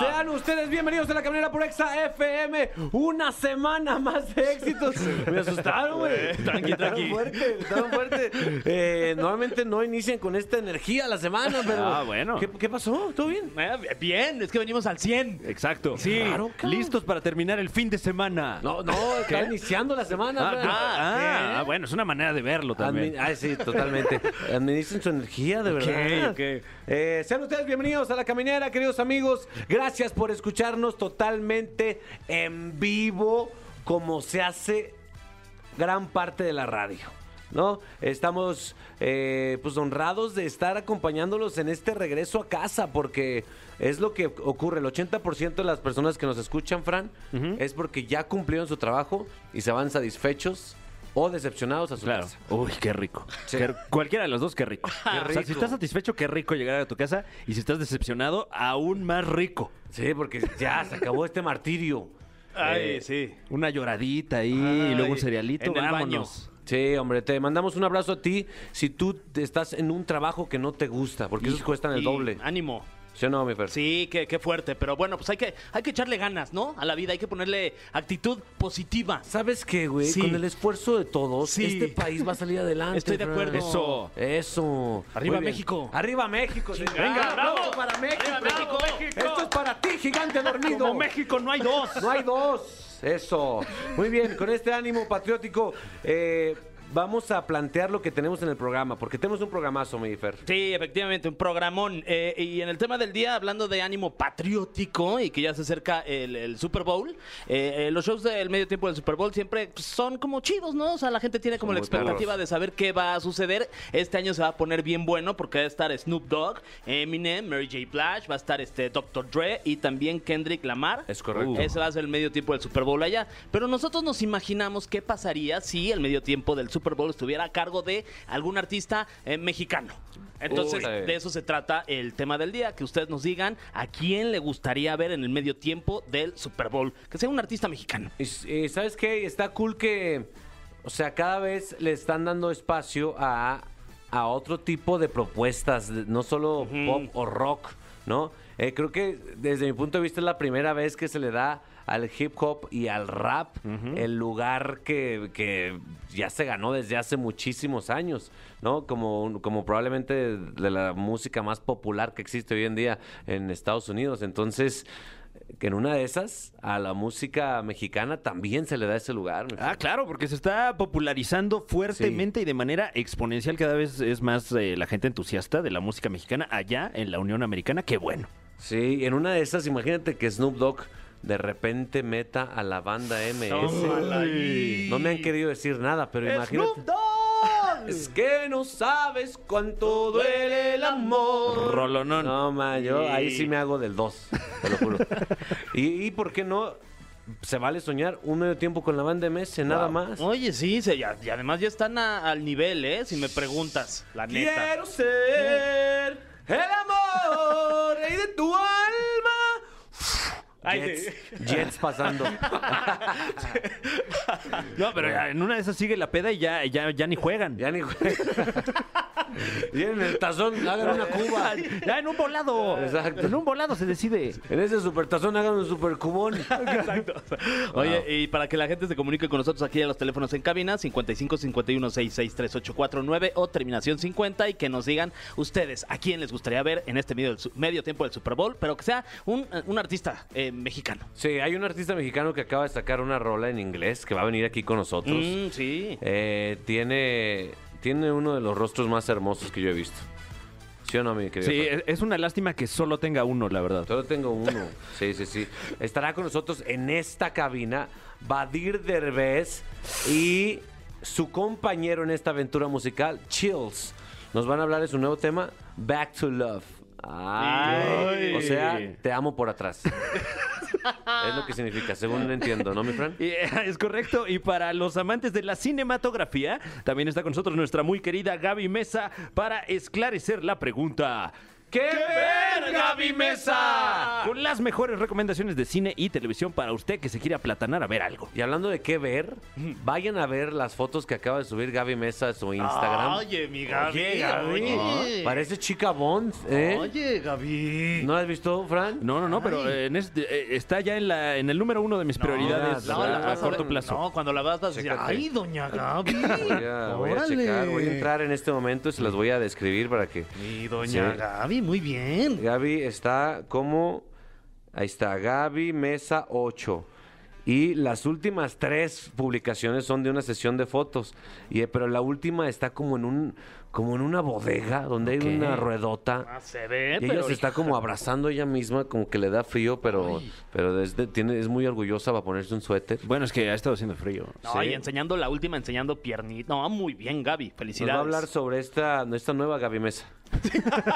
Sean ustedes bienvenidos a la caminera por Exa FM. Una semana más de éxitos. Me asustaron, güey. tranqui, Estaban tranqui. fuerte, estaban fuerte. Eh, normalmente no inician con esta energía la semana, pero. Ah, bueno. ¿Qué, qué pasó? ¿Todo bien? Eh, Bien, es que venimos al 100. Exacto. Sí. Claro, cabrón. Listos para terminar el fin de semana. No, no, está iniciando la semana. Ah, güey. ah, ¿qué? ah, bueno, es una manera de verlo también. Admi- Ay, sí, totalmente. Administren su energía, de verdad. ok. Eh, sean ustedes bienvenidos a La Caminera, queridos amigos. Gracias por escucharnos totalmente en vivo, como se hace gran parte de la radio. ¿No? Estamos eh, pues honrados de estar acompañándolos en este regreso a casa porque es lo que ocurre. El 80% de las personas que nos escuchan, Fran, es porque ya cumplieron su trabajo y se van satisfechos o decepcionados a su Claro. casa. Uy, qué rico. Sí. Qué- cualquiera de los dos, qué rico. O sea, rico. si estás satisfecho, qué rico llegar a tu casa. Y si estás decepcionado, aún más rico. Sí, porque ya se acabó este martirio. Eh, Ay, sí. Eh, Una lloradita ahí y luego un cerealito. en el vámonos. Sí, hombre, te mandamos un abrazo a ti si tú te estás en un trabajo que no te gusta, porque esos Hijo, cuestan el y doble. Ánimo. ¿Sí o no, mi Fer? Sí, qué, qué fuerte. Pero bueno, pues hay que, hay que echarle ganas, ¿no? A la vida, hay que ponerle actitud positiva. ¿Sabes qué, güey? Sí. Con el esfuerzo de todos, Sí. este país va a salir adelante. Estoy de Fran. acuerdo. Eso. Eso. Arriba Muy bien. México. Arriba México. señor. Venga, Un bravo. aplauso para México. Arriba México. México. Esto es para ti, gigante dormido. Como México no hay dos. No hay dos. Eso. Muy bien, con este ánimo patriótico eh, vamos a plantear lo que tenemos en el programa, porque tenemos un programazo, mi Fer. Sí, efectivamente, un programón. Eh, y en el tema del día, hablando de ánimo patriótico y que ya se acerca el, el Super Bowl, eh, eh, los shows del medio tiempo del Super Bowl siempre pues, son como chidos, ¿no? O sea, la gente tiene como Son la muy expectativa perros. de saber qué va a suceder. Este año se va a poner bien bueno porque va a estar Snoop Dogg, Eminem, Mary J. Blige, va a estar este Dr. Dre y también Kendrick Lamar. Es correcto. Uh. Ese va a ser el medio tiempo del Super Bowl allá. Pero nosotros nos imaginamos qué pasaría si el medio tiempo del Super Bowl estuviera a cargo de algún artista eh, mexicano. Entonces, Uy. de eso se trata el tema del día, que ustedes nos digan a quién le gustaría ver en el medio tiempo del Super Bowl, que sea un artista mexicano. Y, s- y eh, sabes qué, está cool que, o sea, cada vez le están dando espacio a, a otro tipo de propuestas, de- no solo pop o rock, ¿no? Eh, creo que desde mi punto de vista es la primera vez que se le da al hip hop y al rap el lugar que, que ya se ganó desde hace muchísimos años, ¿no? Como, un- como probablemente de la música más popular que existe hoy en día en Estados Unidos. Entonces, que en una de esas, a la música mexicana también se le da ese lugar. mi Ah, claro, porque se está popularizando fuertemente y de manera exponencial. Cada vez es más eh, la gente entusiasta de la música mexicana allá en la Unión Americana. Qué bueno. Sí, en una de esas, imagínate que Snoop Dogg de repente meta a la banda MS. No me han querido decir nada, pero imagínate. Es que no sabes cuánto duele el amor. Rolonón. No, ma, yo ahí sí me hago del 2, te lo juro. y, y por qué no? Se vale soñar un medio tiempo con la banda MS, nada más. Oye, sí, se- ya- y además ya están a- al nivel, ¿eh? Si me preguntas, la neta. Quiero ser el amor rey de tu alma. Ay, Jets, Jets pasando. No, pero ya en una de esas sigue la peda y ya, ya, ya ni juegan. Ya ni Tienen el tazón, hagan una cuba. Ya en un volado. Exacto. En un volado se decide. En ese super tazón hagan un super cubón. Exacto. Oye, y para que la gente se comunique con nosotros aquí en los teléfonos en cabina, 55 51 66 3849 o terminación 50 y que nos digan ustedes a quién les gustaría ver en este medio, del su- medio tiempo del Super Bowl, pero que sea un, un artista eh, mexicano. Sí, hay un artista mexicano que acaba de sacar una rola en inglés que va a venir aquí con nosotros. Mm, sí. Eh, tiene, tiene uno de los rostros más hermosos que yo he visto. ¿Sí o no, mi querido? Sí, Fran? es- es una lástima que solo tenga uno, la verdad. Solo tengo uno. Sí, sí, sí. Estará con nosotros en esta cabina Badir Derbez y su compañero en esta aventura musical, Chills. Nos van a hablar de su nuevo tema, Back to Love. Ay, Ay. o sea, te amo por atrás. es lo que significa, según entiendo, ¿no, mi Fran? Y, eh, Es correcto, y para los amantes de la cinematografía, también está con nosotros nuestra muy querida Gaby Mesa para esclarecer la pregunta. ¡Qué verga, Gaby Mesa. Con las mejores recomendaciones de cine y televisión para usted que se quiere aplatanar a ver algo. Y hablando de qué ver, vayan a ver las fotos que acaba de subir Gaby Mesa de su Instagram. Oye, mi Gaby. Oye, Parece chica Bond, ¿eh? Oye, Gaby. ¿No la has visto, Fran? No, no, no, pero eh, en este- eh, está ya en, la, en el número uno de mis prioridades no, a- la a, vas a corto ver. plazo. No, cuando la vas a decir, Chécate. ay, doña Gaby. Voy a, voy a checar, voy a entrar en este momento y se las voy a describir para que... Mi doña Sí. Gaby, muy bien. Gaby está como... Ahí está, Gaby Mesa 8. Y las últimas tres publicaciones son de una sesión de fotos. Y, eh, pero la última está como en un como en una bodega donde hay una ruedota. Ah, se ve, Y ella pero se está como abrazando ella misma, como que le da frío, pero, pero es, de- tiene, es muy orgullosa para ponerse un suéter. Bueno, es que ha estado haciendo frío. No, Sí. y enseñando la última, enseñando piernita. No, muy bien, Gaby. Nos Felicidades. va a hablar sobre esta, esta nueva Gaby Mesa.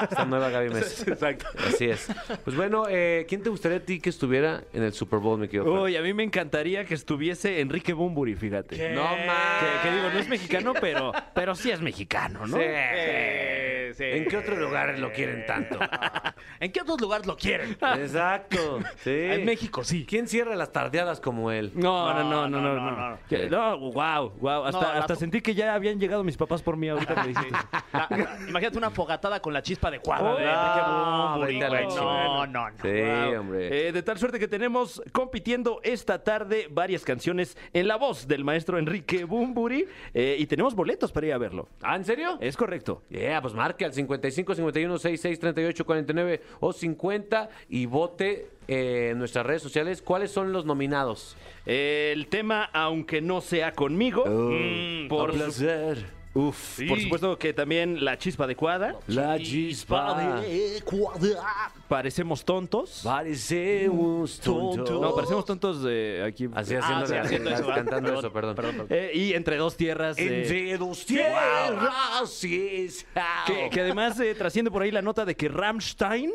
Esta nueva Gaby Mesa. Exacto. Así es. Pues bueno, eh, ¿quién te gustaría a ti que estuviera en el Super Bowl, mi querido? Fran? Uy, a mí me encantaría que estuviese Enrique Bumburi, fíjate. ¿Qué? no Que, más. que digo, no es mexicano, pero, pero sí es mexicano, ¿no? Eh, sí. ¿En qué otro lugar lo quieren tanto? ¿En qué otros lugares lo quieren? Exacto. Sí. En México sí. ¿Quién cierra las tardeadas como él? No, no, no, no, no, no. no, no. Que- No, wow, wow. Hasta, No, la hasta to- sentí que ya habían llegado mis papás por mí ahorita que dijiste. La- la- imagínate una fogatada con la chispa de Juana. Oh, de no, Enrique Bunbury, vete a la güey. chingada. no, no, no. Sí, Wow. hombre. Eh, de tal suerte que tenemos compitiendo esta tarde varias canciones en la voz del maestro Enrique Bumburi eh, y tenemos boletos para ir a verlo. ¿Ah, en serio? Es correcto. Yeah, pues marque al 55 51 66 38 49 o 50 y vote eh, en nuestras redes sociales cuáles son los nominados. El tema, aunque no sea conmigo, mm, por, su- placer. uf, por supuesto que también la chispa adecuada. La Chispa chispa. de Ecuador. Parecemos tontos. Parecemos tontos. No, parecemos tontos eh, aquí. Así Eh, haciendo, sí, la- haciendo la- eso, ¿verdad? cantando Perdón, eso, perdón. eh, y entre dos tierras. eh, Entre dos tierras, yes, how. Que, que además eh, trasciende por ahí la nota de que Rammstein,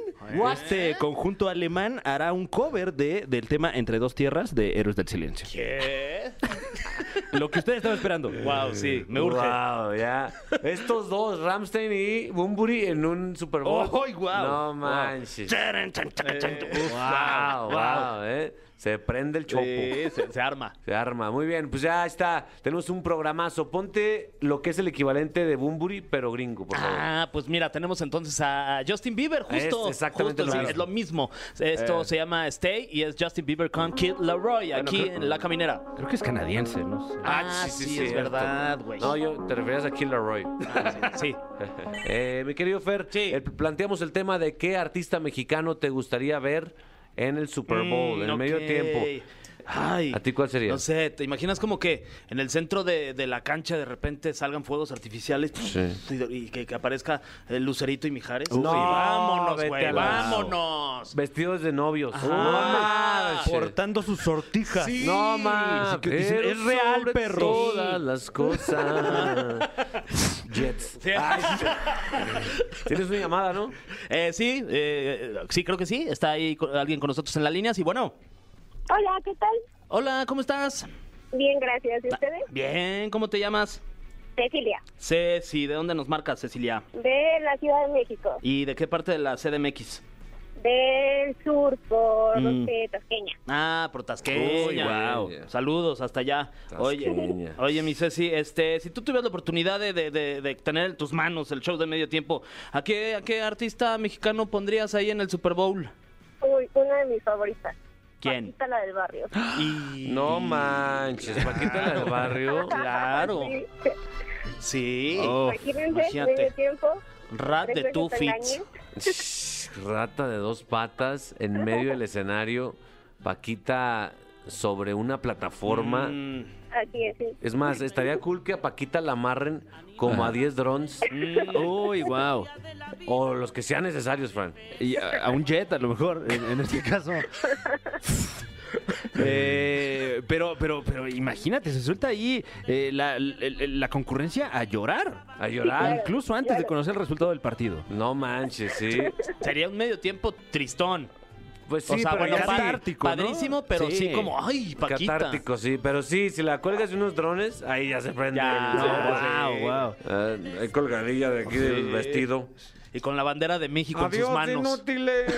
este conjunto alemán, hará un cover de, del tema Entre dos tierras de Héroes del Silencio. ¿Qué? Lo que ustedes estaban esperando. Wow, sí, me urge. Wow, ya. Estos dos, Ramstein y Bumburi, en un Super Bowl. ¡Ay, guau! No manches. Eh, wow, wow, eh. Se prende el chopo. Sí, se, se arma. Se arma, muy bien, pues ya está. Tenemos un programazo. Ponte lo que es el equivalente de Bumburi, pero gringo, por favor. Ah, pues mira, tenemos entonces a Justin Bieber, justo. Es exactamente justo, lo Eh. sí, es lo mismo. Esto se llama Stay y es Justin Bieber con Kid Leroy aquí en La Caminera. Creo que es canadiense, no sé. Ah, sí, es cierto. verdad, güey. No, yo te referías a Killer Roy. Sí. Eh, mi querido Fer, Sí. eh, planteamos el tema de qué artista mexicano te gustaría ver en el Super Bowl, en el Mm, medio ok. tiempo. Ay, ¿A ti cuál sería? No sé, ¿te imaginas como que en el centro de, de la cancha de repente salgan fuegos artificiales y, y que, que aparezca el Lucerito y Mijares? Uy. no, vámonos, vete a güey, la- vámonos. Vestidos de novios. Ajá. No manches. Portando sus sortijas. Sí. No mames, Así que dicen, pero "Es real, sobre perros". Todas las cosas. Jets. Sí. Tienes una llamada, ¿no? Eh, sí, eh, sí, creo que sí. Está ahí co- alguien con nosotros en la línea. Sí, bueno. Hola, ¿qué tal? Hola, ¿cómo estás? Bien, gracias. ¿Y ustedes? Bien, ¿cómo te llamas? Cecilia, Ceci, ¿de dónde nos marcas, Cecilia? de la Ciudad de México, ¿Y de qué parte de la CDMX? del sur, por Mm. eh, Tasqueña. Ah, por Tasqueña. Uy, guau. Saludos hasta allá. Oye, Tasqueña. oye, mi Ceci, este, si tú tuvieras la oportunidad de, de- de- de tener en tus manos el show de medio tiempo, ¿a qué, ¿a qué artista mexicano pondrías ahí en el Super Bowl? Uy, una de mis favoritas. ¿Quién? Paquita, la del barrio. Y- No manches, Paquita la del barrio. Claro. Sí. Sí. Oh, Imagínense, imagínate. medio tiempo. Rat tres de veces Two al Fits. año. Rata de dos patas en medio del escenario. Paquita sobre una plataforma. Mm, Así es, sí. Es más, estaría cool que a Paquita la amarren como a 10 drones. Uy, wow. O los que sean necesarios, Fran. Y a, a un jet, a lo mejor, en, en este caso. Eh, pero, pero, pero imagínate, se suelta ahí eh, la, la- la concurrencia a llorar. Ah, A llorar. Incluso antes de conocer el resultado del partido. No manches, sí. Sería un medio tiempo tristón. Pues sí, o sea, pero bueno, ya pa- sí. catártico, ¿no? padrísimo, pero sí. Sí. como, ay, Paquita. Catártico, sí. Pero sí, si la cuelgas de unos drones, ahí ya se prende. Ya, el- no, pues wow, sí. wow. Ah, hay colgadilla de aquí del Sí. vestido. Y con la bandera de México en sus manos. inútiles!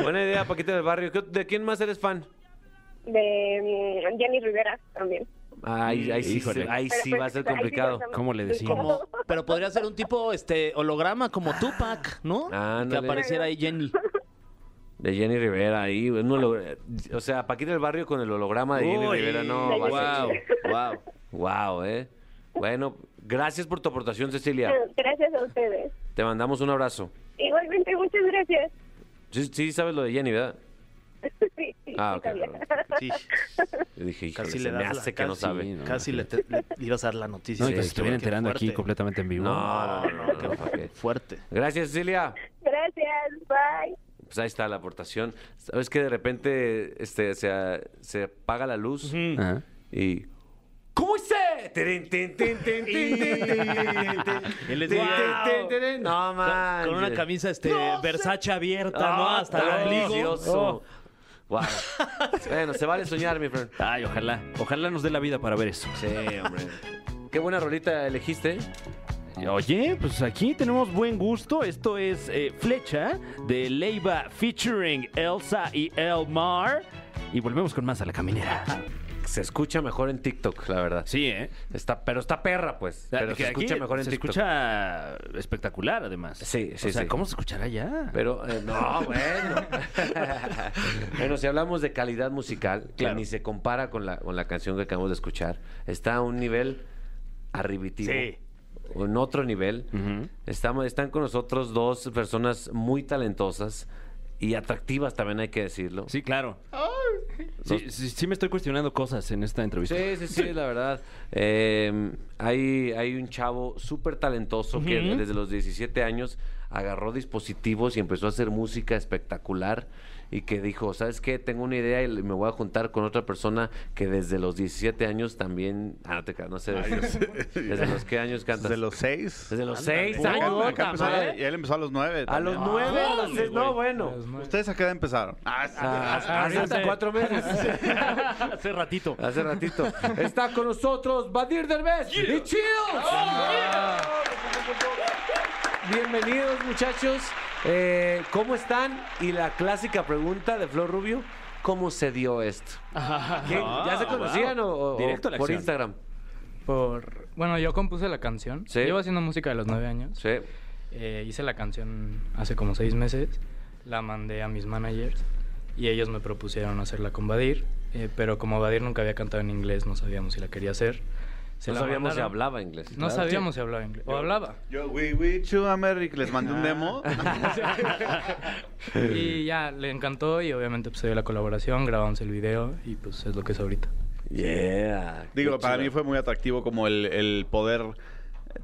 Buena idea, Paquita del Barrio. ¿Qué- ¿De quién más eres fan? De mm, Jenny Rivera también. Ay, ahí sí, Híjole. se- ahí Pero, sí pues, va a ser ahí sí complicado. estamos ¿Cómo le decimos? complicados. Como- pero podría ser un tipo este holograma como Tupac, ¿no? Ándale. Que apareciera ahí Jenny. De Jenny Rivera ahí. uno lo- o sea, Paquita del Barrio con el holograma de Jenny Uy, Rivera. No, de va a wow, ser- wow. Wow, eh. Bueno, gracias por tu aportación, Cecilia. Gracias a ustedes. Te mandamos un abrazo. Igualmente, muchas gracias. Sí, sí sabes lo de Jenny, ¿verdad? Sí, sí, Ah, sí, ok, sabía. perdón. Sí, Yo dije, híjole, casi se le das me la- hace que no casi- sabe. Sí, no, Casi le, te- le ibas a dar la noticia. No, y Sí, que se estuviera qué enterando aquí fuerte. completamente en vivo. No, no, no, no, no, Qué ¿para qué? fuerte. Gracias, Cecilia. Gracias, bye. Pues ahí está la aportación. Sabes que de repente este, se, se apaga la luz Ajá. y. ¿Cómo hice? Tirin, tin, tin, tin, tin, tin, tin, tin, tin. Él es Tin, wow. tin, tin, tin, tin. No, Con- man. Con una camisa este Versace abierta, ¿no? Ah, Hasta el está ombligo. Oh. delicioso. Wow. Bueno, se vale soñar, mi friend. Ay, ojalá. Ojalá nos dé la vida para ver eso. Sí, hombre. Qué buena rolita elegiste. Oye, pues aquí tenemos buen gusto. Esto es eh, Flecha de Leiva featuring Elsa y Elmar. Y volvemos con más a la caminera. Se escucha mejor en TikTok, la verdad. Sí, ¿eh? Está, pero está perra, pues. Pero Que se aquí escucha mejor en Se TikTok. escucha espectacular, además. Sí, sí, O sea, sí. ¿cómo se escuchará ya? Pero, eh, no, bueno. bueno, si hablamos de calidad musical, Claro. que ni se compara con la, con la canción que acabamos de escuchar, está a un nivel arribitivo. Sí. En otro nivel. Ujú. Estamos, están con nosotros dos personas muy talentosas y atractivas, también hay que decirlo. Sí, claro. Sí, sí, sí me estoy cuestionando cosas en esta entrevista. Sí, sí, sí, la verdad. Eh, hay, hay un chavo súper talentoso que desde los 17 años agarró dispositivos y empezó a hacer música espectacular y que dijo, ¿sabes qué? Tengo una idea y le- me voy a juntar con otra persona que desde los 17 años también... Ah, no, te creas, no sé. Desde, desde los qué años cantas? Desde los seis. Desde los Ándale. 6 Acá- años. acá puta empezó a- madre. y él empezó a los nueve. A los también. 9, a los 6, no, bueno. ¿Ustedes a qué edad empezaron? Ah, sí. Ah, Hace hace cuatro meses. Hace ratito. Hace ratito. Está con nosotros Badir Derbez y Chills. Bienvenidos, muchachos. Eh, ¿Cómo están? Y la clásica pregunta de Flor Rubio: ¿Cómo se dio esto? ¿Quién- ¿Ya se conocían o- o, o Directo a la por acción. Instagram? Por... Bueno, yo compuse la canción. Sí. Llevo haciendo música de los nueve años. Sí. Eh, hice la canción hace como seis meses. La mandé a mis managers y ellos me propusieron hacerla con Badir. Eh, pero como Badir nunca había cantado en inglés, no sabíamos si la quería hacer. Se no la sabíamos si mandaron. hablaba inglés. No sabíamos si hablaba inglés. O hablaba. Yo, we, we, chu, America. Les mandé un demo. Y ya, le encantó y obviamente pues, se dio la colaboración, grabamos el video y pues es lo que es ahorita. Yeah. Digo, para mí fue muy atractivo como el, el poder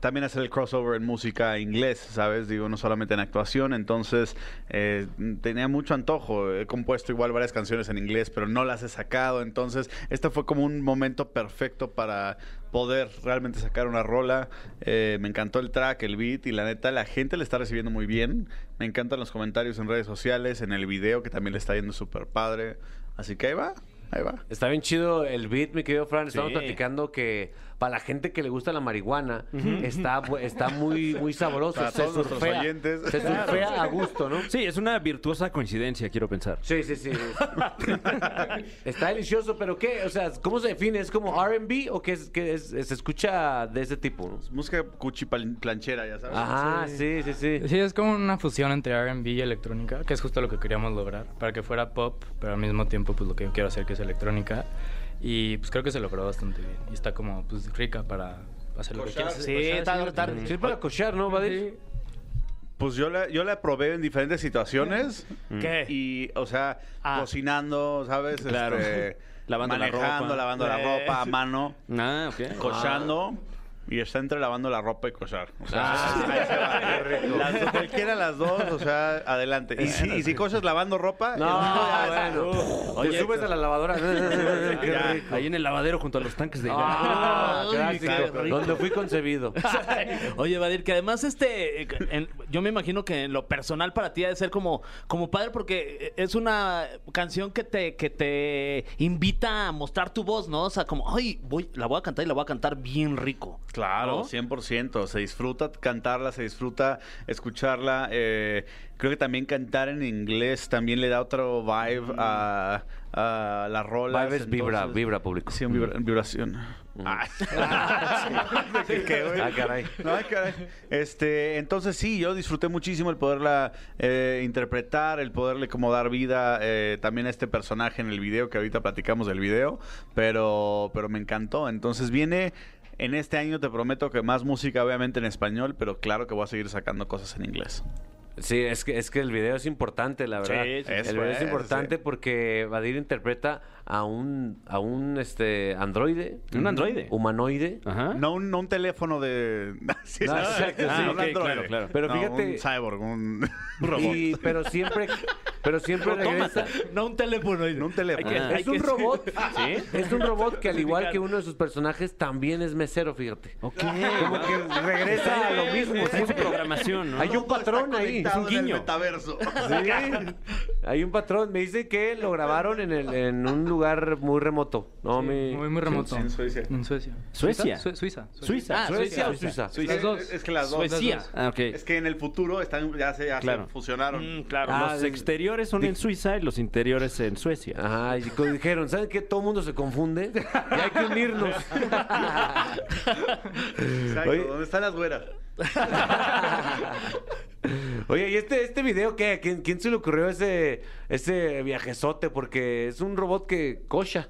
también hacer el crossover en música e inglés, ¿sabes? Digo, no solamente en actuación, entonces eh, tenía mucho antojo. He compuesto igual varias canciones en inglés, pero no las he sacado, entonces este fue como un momento perfecto para poder realmente sacar una rola. Eh, me encantó el track, el beat y la neta la gente le está recibiendo muy bien. Me encantan los comentarios en redes sociales, en el video que también le está yendo súper padre. Así que ahí va, ahí va. Está bien chido el beat, mi querido Fran. Estamos Sí. platicando que para la gente que le gusta la marihuana, está, bu- está muy, muy sabroso. Para se todos nuestros surfea. oyentes. Se surfea a gusto, ¿no? Sí, es una virtuosa coincidencia, quiero pensar. Sí, sí, sí. está delicioso, pero ¿qué? O sea, ¿cómo se define? ¿Es como RB o qué es, qué es- se escucha de ese tipo? ¿no? Música cuchi pal- planchera, ya sabes. Ajá, sí, sí, sí. Sí, es como una fusión entre R&B y electrónica, que es justo lo que queríamos lograr, para que fuera pop, pero al mismo tiempo pues lo que yo quiero hacer que es electrónica y pues creo que se logró bastante bien y está como pues rica para hacer lo que quieras. Pues, Sí, está tarde. Sí, es para cochear, ¿no, Badir? Pues yo la, yo la probé en diferentes situaciones. ¿Qué? Y, o sea, Ah. cocinando, ¿sabes? Claro. Este, Lavando la manejando, ropa. lavando la Eh, ropa a sí. mano, Ah, ok. cochando. y está entre lavando la ropa y cochar. O sea, ahí se va. Las- cualquiera de las dos, o sea, adelante. Y si, y si cochas lavando ropa, No, bueno. Te subes a la lavadora. Qué Ya. rico. Ahí en el lavadero junto a los tanques de gas. Ah, Ay, clásico, qué rico. donde fui concebido. Oye, Vadir, que además este, eh, en- yo me imagino que en lo personal para ti ha de ser como, como padre porque eh, es una canción que te, que te invita a mostrar tu voz, ¿no? O sea, como, ay, voy, la voy a cantar y la voy a cantar bien rico. ¿No? Claro, 100%. Se disfruta cantarla, se disfruta escucharla. eh, creo que también cantar en inglés también le da otro vibe a, a la rola. Mm. Vibe es vibra, vibra Mm. público. Mm. Sí, un vibra- vibración. Ah, sí. ¿Qué, qué, güey? Ah, caray. No, ay, caray. Este, entonces sí, yo disfruté muchísimo el poderla eh, interpretar, el poderle como dar vida eh, también a este personaje en el video, que ahorita platicamos del video, pero, pero me encantó. Entonces viene en este año, te prometo que más música obviamente en español, pero claro que voy a seguir sacando cosas en inglés. Sí, es que, es que el video es importante, la verdad. Sí, sí, el sí. video es Sí. importante porque Vadir interpreta a un, a un este, androide. ¿Un androide? Ah. Humanoide. Ajá. No un, no un teléfono de... ah, Sí, No, sí, exacto, sí, sí, un ok, androide. claro, claro. Pero No, fíjate- Un cyborg, un robot. Y- pero siempre, pero siempre regresa. no un teléfono. No un ah. teléfono. Hay que- Es un robot. ¿Sí? Es un robot que al igual que uno de sus personajes también es mesero, fíjate. Ok. Como que regresa a Ah, lo mismo Es siempre. programación, ¿no? Hay un patrón ahí. Conectado en el guiño. metaverso. Sí. Hay un patrón. Me dice que lo grabaron en, el, en un lugar muy remoto. No, mi- Muy, muy remoto. en Suecia. En Suecia. ¿Suecia? Sue- Suiza. Suiza. Ah, ¿Suecia o Suiza. Suiza? Sí, Las dos. Es, es que las dos. Suecia. Ah, ok. Es que en el futuro están, ya se, ya se Claro. fusionaron. Mm, claro. Ah, los de- exteriores son en Suiza y los interiores en Suecia. Ajá, y co- dijeron, ¿saben qué? Todo el mundo se confunde y hay que unirnos. Exacto, Oye. ¿dónde están las güeras? Oye, ¿y este, este video qué? ¿A ¿Quién, quién se le ocurrió ese, ese viajezote? Porque es un robot que cocha.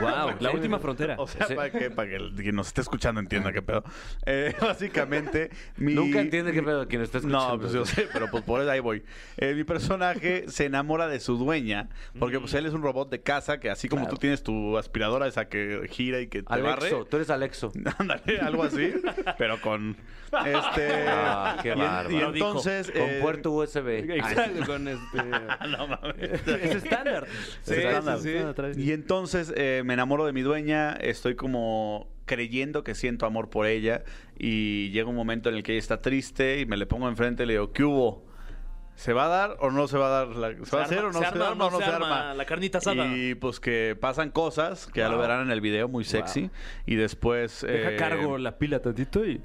Wow, la última frontera. O sea, Sí. para, que, para que el que nos esté escuchando entienda qué pedo. Eh, básicamente, mi... Nunca entiende qué pedo quien lo está escuchando. No, pues yo sé, pero pues por eso ahí voy. Eh, mi personaje se enamora de su dueña, porque Mm. pues él es un robot de casa que así como tú tienes tu aspiradora esa que gira y que te barre. Alexo, tú eres Alexo. Ándale, algo así, pero con este Ah, qué y en- y, bárbaro. entonces Con eh, Ah, puerto USB. Exacto, con este. no mames. Es estándar. Sí, Estándar. sí, sí. Estándar. Y entonces eh, me enamoro de mi dueña, estoy como creyendo que siento amor por ella y llega un momento en el que ella está triste y me le pongo enfrente y le digo, ¿qué hubo? ¿Se va a dar o no se va a dar? la- ¿Se, va a hacer o no se, arma, o no se, arma? La carnita asada. Y pues que pasan cosas, que ya lo Wow. verán en el video, muy sexy. Y después... Deja eh, cargo la pila tantito y.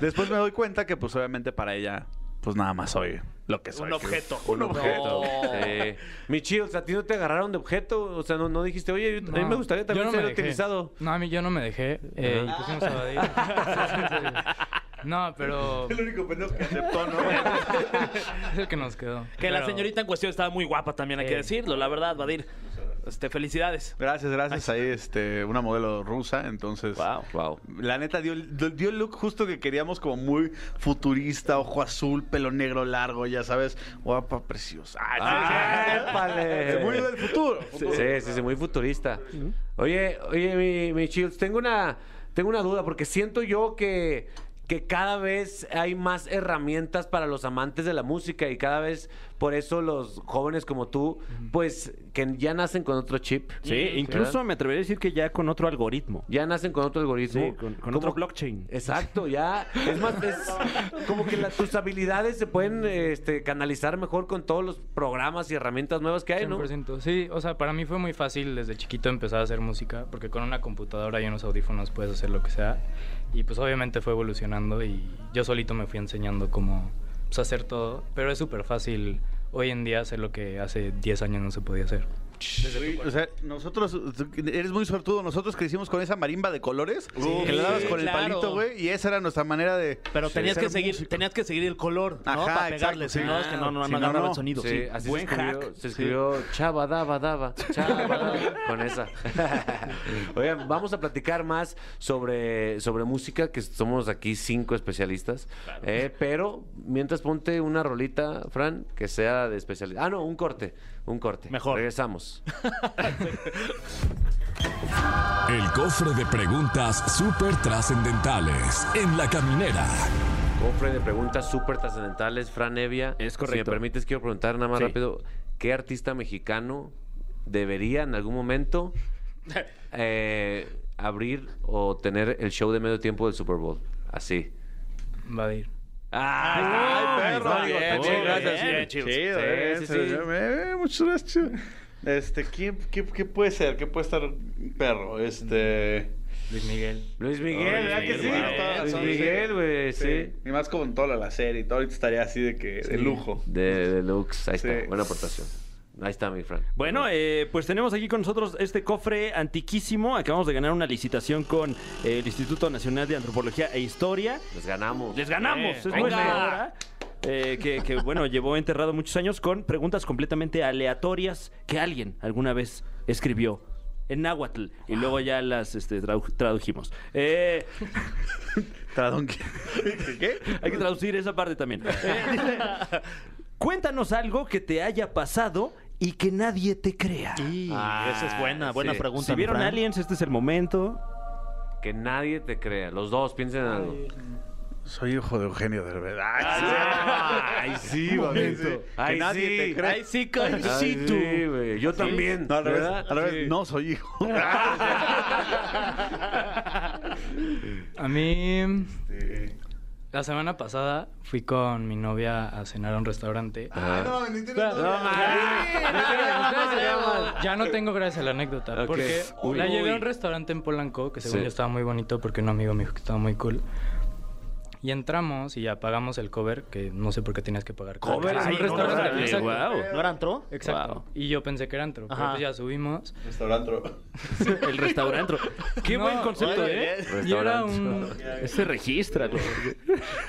Después me doy cuenta que pues obviamente para ella, pues nada más soy lo que soy. Un objeto. Un objeto. No. Sí. Mi chills, ¿a ti no te agarraron de objeto? O sea, ¿no, no dijiste, oye, yo- a mí No, me gustaría yo también no me ser dejé. utilizado? No, a mí yo no me dejé. eh, y pusimos a Badir. no, pero El único pendejo que aceptó, ¿no? es el que nos quedó. Que la Pero- señorita en cuestión estaba muy guapa también, hay que Eh. decirlo, la verdad, Vadir. Este, felicidades. Gracias, gracias. Ahí, este, una modelo rusa, entonces. Wow. Wow. La neta dio, el- dio el look justo que queríamos, como muy futurista, ojo azul, pelo negro largo, ya sabes, guapa, preciosa. Ay, Ah, Ah, sí, sí. ¡Épale! Muy del futuro. Sí, sí, sí, muy futurista. Oye, oye, mi, mi Chills, tengo una, tengo una duda, porque siento yo que, que cada vez hay más herramientas para los amantes de la música y cada vez por eso los jóvenes como tú, pues, que ya nacen con otro chip. Sí, incluso ¿verdad? me atrevería a decir que ya con otro algoritmo. Ya nacen con otro algoritmo. Sí, con- con otro blockchain. Exacto, ya. Es más, es como que la- tus habilidades se pueden este, canalizar mejor con todos los programas y herramientas nuevas que hay, ¿no? 100%. Sí, o sea, para mí fue muy fácil desde chiquito empezar a hacer música, porque con una computadora y unos audífonos puedes hacer lo que sea. Y pues obviamente fue evolucionando y yo solito me fui enseñando cómo pues, hacer todo, pero es súper fácil hoy en día hacer lo que hace 10 años no se podía hacer. Uy, O sea, nosotros, eres muy suertudo, nosotros crecimos con esa marimba de colores que le dabas con claro. el palito, güey, y esa era nuestra manera de. Pero tenías de que ser seguir, músico. tenías que seguir el color, ¿no? Ajá, Para exacto, pegarle, sí. si no es que no, no, Si no no, agarraba no. el sonido. Sí, Sí, así Buen se escribió, hack. se escribió chava daba daba, chava daba, con esa. Oigan, vamos a platicar más sobre, sobre música, que somos aquí cinco especialistas. Eh, pero mientras ponte una rolita, Fran, que sea de especialidad. Ah, no, un corte, un corte. Mejor. Regresamos. El cofre de preguntas súper trascendentales en la caminera. Cofre de preguntas súper trascendentales, Fran Evia. Es Si me correcto. permites, quiero preguntar nada más Sí. rápido: ¿qué artista mexicano debería en algún momento eh, abrir o tener el show de medio tiempo del Super Bowl? Así. Va a ir. ¡Ah! Ay, perro, digo, bien, también, bien, gracias, bien, sí. chido, Sí, eh, sí, sí, sí. eh, muchas gracias. Este, ¿qué, qué, qué puede ser? ¿Qué puede estar perro? Este. Luis Miguel. Luis Miguel, Luis ¿verdad que Miguel, sí? guau, toda la Luis razón, Miguel, sí. güey, sí. Y más con toda la serie y todo, ahorita estaría así de que de lujo. De Deluxe, ahí Sí. está, buena aportación. Ahí está, mi Fran. Bueno, eh, pues tenemos aquí con nosotros este cofre antiquísimo. Acabamos de ganar una licitación con eh, el Instituto Nacional de Antropología e Historia. les ganamos. ¡Les ganamos! es venga. nuestra obra, eh, que, que, bueno, llevó enterrado muchos años con preguntas completamente aleatorias que alguien alguna vez escribió en náhuatl y luego ya las este, tradu- tradujimos. Eh, Tradonqui. Eh. ¿Qué? hay que traducir esa parte también. Eh, dice, Cuéntanos algo que te haya pasado y que nadie te crea. Ah, esa es buena, buena sí. pregunta. Si mi vieron Fran. Aliens, este es el momento. Que nadie te crea. Los dos, piensen en algo. Soy hijo de Eugenio Derbez. Ay, Ay, sí, sí. bonito. Ay, Que nadie sí. te cree. Ay, sí, ay, sí, güey. Yo también. No, al revés, ¿verdad? al revés, Sí. no soy hijo. A mí. La semana pasada fui con mi novia a cenar a un restaurante. No, mames. Ya no tengo gracias a la anécdota. Ok. Porque Uy. la llevé a Uy. un restaurante en Polanco que según Sí. yo estaba muy bonito porque un amigo me dijo que estaba muy cool. Y entramos y ya pagamos el cover, que no sé por qué tenías que pagar Cover en Ay, un no, no, restaurante. no, Exacto. Exacto. ¿No era antro? exacto. Wow. Y yo pensé que era antro, pero Ajá. pues ya subimos. Restaurante. El restaurante. Qué No, buen concepto, oye, ¿eh? Y era un, Se registra.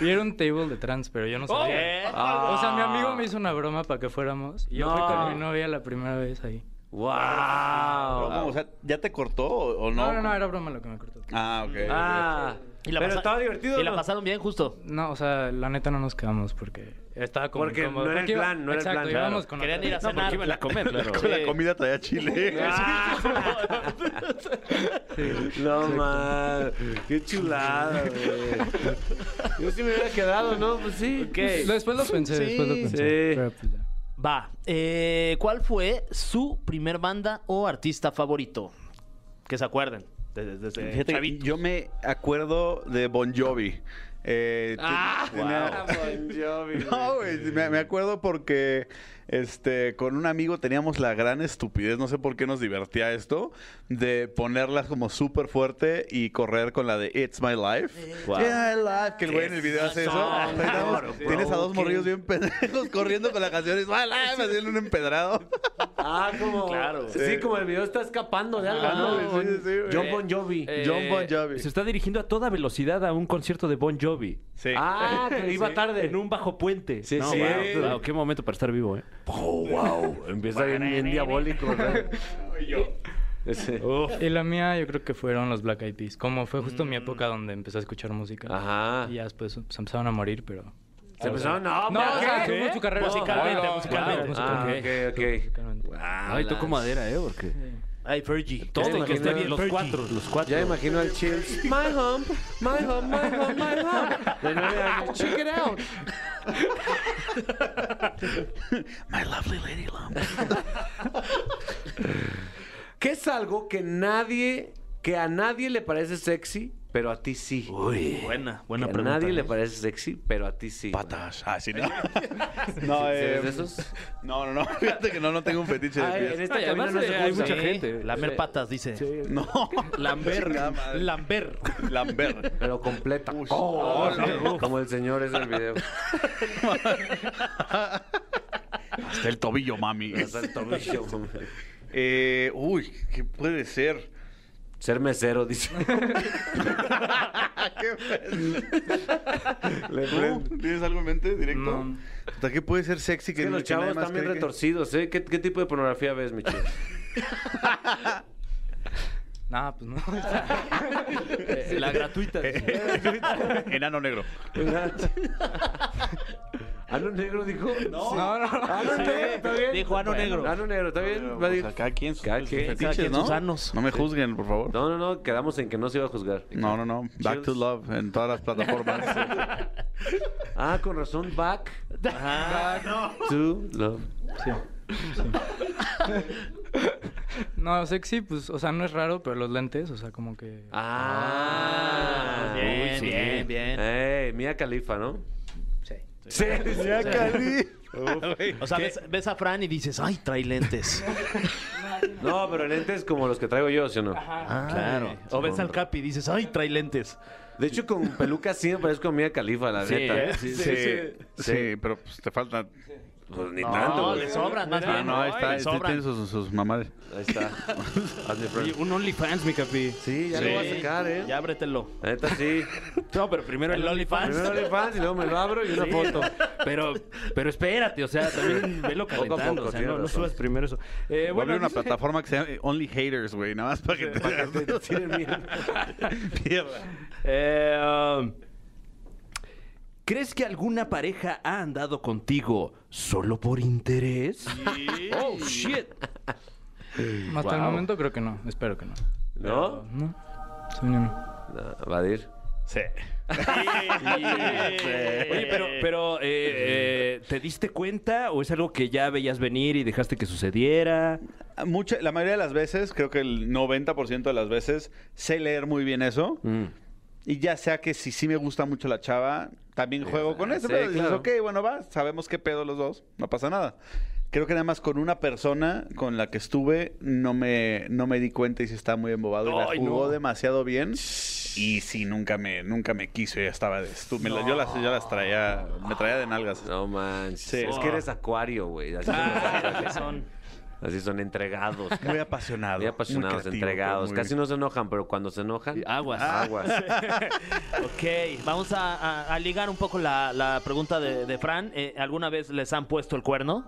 y era un table de trans, pero yo no sabía. O sea, mi amigo me hizo una broma para que fuéramos. Y yo fui No. con mi novia la primera vez ahí. ¡Wow! O sea, ¿ya te cortó o o no? No, no, no, era broma lo que me cortó. Ah, ok. Ah, Y la pero pasa- estaba divertido. Y la ¿no? pasaron bien, justo. No, o sea, la neta no nos quedamos porque estaba como Porque incómodo. no era el iba- plan, no era el exacto, plan. íbamos Claro. con Querían otra- ir a cenar. iban a comer, claro. Con la comida traía chile. Ah. No mames, qué chulada, güey. Yo sí me hubiera quedado, ¿no? Pues sí. Después lo pensé, después lo pensé. Sí. Pero, pues, ya. Va. eh, ¿Cuál fue su primer banda o artista favorito? Que se acuerden. Desde, desde Fíjate que chavitos. yo me acuerdo de Bon Jovi. Eh, te- tenía- No, güey, me, me acuerdo porque este, con un amigo teníamos la gran estupidez, no sé por qué nos divertía esto, de ponerlas como súper fuerte y correr con la de It's My Life. Wow. It's My Life, que el güey en el video hace eso. Ahí estamos, bro, tienes a dos broken. morrillos bien pendejos corriendo con la canción It's My Life, así en un empedrado. Ah, como. Claro. Sí, como el video está escapando de algo, Ah, ¿no? sí, sí, sí, güey. John Bon Jovi. John Bon Eh, Jovi. Se está dirigiendo a toda velocidad a un concierto de Bon Jovi. Sí. Ah, que iba tarde. En un bajo puente. Sí, No, sí. wow, wow, qué momento para estar vivo, ¿eh? Oh, wow. Empieza bien, bien diabólico, ¿verdad? Ese. Oh, Y la mía yo creo que fueron los Black Eyed Peas. Como fue justo mi época donde empecé a escuchar música. Ajá. Y ya después pues, empezaron a morir, pero... Se empezaron a. No, o sea, tuvo su carrera Musicalmente, Wow. musicalmente, musicalmente. Ah, ok, ok. Musicalmente. Ay, toco madera, ¿eh? Porque... Ay, Fergie. Todo, Ya me que imagino esté bien, los los cuatro, los cuatro. Ya imagino al Chills. My home, my home, my home, my home. De nueve años. Check it out. My lovely lady lump. ¿Qué es algo que nadie, que a nadie le parece sexy, pero a ti sí? Buena, Que buena a pregunta. nadie le ¿eh? parece sexy, pero a ti sí. Patas. Ah, sí, no. no, ¿Sí eh, eres de esos? Ah, no, no, no. Fíjate que no, no tengo un fetiche de Ay, en pies. esta Ay, cabina además, no eh, se hay usa. mucha Sí, gente. Lamer Sí. patas, dice. No. eh, Chingada madre. Lamber. Lambert. Pero completa. Uy, Oh, no, no, Como el señor es el video. Hasta el tobillo, mami. Hasta el tobillo. Eh, uy, ¿qué puede ser? Ser mesero, dice. Ah, Le ¿Tú prende. ¿Tienes algo en mente directo? No. Puta, ¿Qué puede ser sexy que, Es que los que nadie chavos más están bien cree que- retorcidos, ¿eh? ¿Qué, qué tipo de pornografía ves, mi chico? Nah, pues no. Eh, La gratuita. dice. Enano negro. ¿Ano Ah, negro dijo? Ah, No. No, no, no. ¿Ano negro? ¿Está bien? Dijo ano Bueno, negro. ¿Ano negro? ¿Está bien? Va a decir- O sea, pues, cada quien sus Cada sus quien, cada fetiches, quien ¿no? sus anos. No me juzguen, por favor. No, no, no. Quedamos en que no se iba a juzgar. No, no, no. Back to Cheers. love en todas las plataformas. Ah, con razón. Back Ajá. to love. No, sexy, pues, o sea, no es raro, pero los lentes, o sea, como que. Ah. Bien, bien, bien. Ey, Mía Califa, ¿no? Sí. Sí. Mía O sea, ves, ves a Fran y dices, ay, trae lentes. No, pero lentes como los que traigo yo, ¿sí o no? Ah, claro. O ves al Capi y dices, ay, trae lentes. De hecho, con peluca sí me parezco a Mía Califa, la neta. sí, sí, sí, pero pues, te falta. Pues ni tanto, No, güey. le sobran más Ah, bien. no, ahí Le está. ahí sobran. tiene sus, sus mamadas. Ahí está. Hazme Oye, friend. un OnlyFans, mi capi. Sí, ya Sí. lo voy a sacar, ¿eh? Ya ábretelo. La neta sí. No, pero primero El OnlyFans. Primero le fans y luego me lo abro y una foto. Pero, pero espérate, o sea, también velo Poco a calentando. poco, o sea, tienes no, no razón. subas primero eso. Eh, Voy a bueno, abrir una dice- plataforma que se llama Only Haters, güey. Nada más para que te Para que te tiren bien. Eh, um, ¿Crees que alguna pareja ha andado contigo solo por interés? Oh, shit. Hasta el Wow. momento creo que no, espero que no. ¿No? No, según yo no. No, Vadir. Sí. Oye, pero, pero eh, eh, ¿te diste cuenta o es algo que ya veías venir y dejaste que sucediera? Mucha, la mayoría de las veces, creo que el 90% de las veces, sé leer muy bien eso. Mm. Y ya sea que si sí me gusta mucho la chava, también juego con ah, eso. sí, pero dices, claro. ok, bueno, va, sabemos qué pedo los dos, no pasa nada. Creo que nada más con una persona con la que estuve no me, no me di cuenta y si estaba muy embobado. y Ay, la jugó no. demasiado bien. Y sí, nunca me, nunca me quiso. Ya estaba de estu- me la- yo, las, yo las traía, me traía de nalgas. No manches. Sí. Es que eres acuario, güey. Así, Ah, son los acuarios. Así son entregados. Muy apasionado. Muy apasionados, creativo, entregados. pero muy- Casi no se enojan, pero cuando se enojan, Ah, Aguas. aguas. Ok, vamos a, a- a ligar un poco la, la pregunta de, de Fran. Eh, ¿Alguna vez les han puesto el cuerno?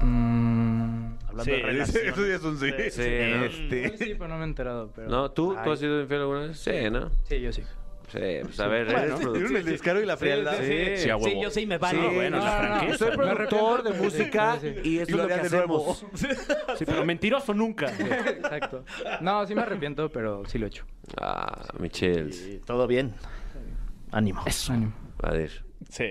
Mm, Hablando Sí, de dice, eso relaciones. sí es un sí. Sí, ¿no? Este. Sí, pero no me he enterado, pero. ¿No? ¿Tú? ¿Tú has sido infiel alguna vez? Sí, ¿no? Sí, yo sí. Sí, pues a ver, eres Bueno, productor. el descaro y la frialdad. sí. a huevo. Sí, yo sí me vale. Sí, bueno, la franqueza, Soy ¿no? productor de música Sí, sí. y Y eso es lo lo que harías de nuevo. hacemos. Sí, pero mentiroso nunca. Exacto. No, sí me arrepiento, pero sí lo he hecho. Ah, Michels. Sí, Todo bien. Ánimo. Ánimo. A ver. Sí.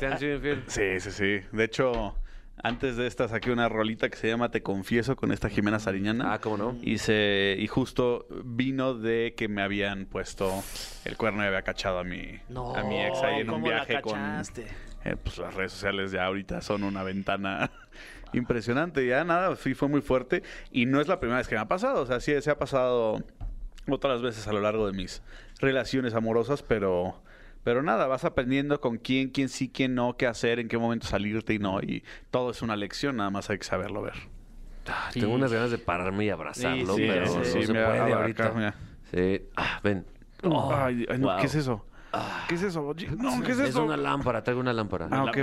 ¿Te han sido infiel? Sí, sí, sí. De hecho, antes de esta saqué una rolita que se llama Te Confieso con esta Jimena Sariñana. Ah, ¿cómo no? Y, se, y justo vino de que me habían puesto el cuerno y había cachado a mi, a mi ex ahí en un ¿cómo la viaje con... cachaste? Eh, pues las redes sociales ya ahorita son una ventana impresionante. Ya nada, sí fue muy fuerte. Y no es la primera vez que me ha pasado. O sea, sí se ha pasado otras veces a lo largo de mis relaciones amorosas, pero. Pero nada, vas aprendiendo con quién, quién sí, quién no, qué hacer, en qué momento salirte y no. Y todo es una lección, nada más hay que saberlo ver. Ah, Tengo unas ganas de pararme y abrazarlo, Sí, sí, pero sí, no sí, se mira, puede acá, ahorita. mira. Sí. Ah, ven. ay, ay, no, wow. ¿qué es eso? ¿Qué es eso? No, ¿qué es Es eso? una lámpara, traigo una lámpara. Ah, ok,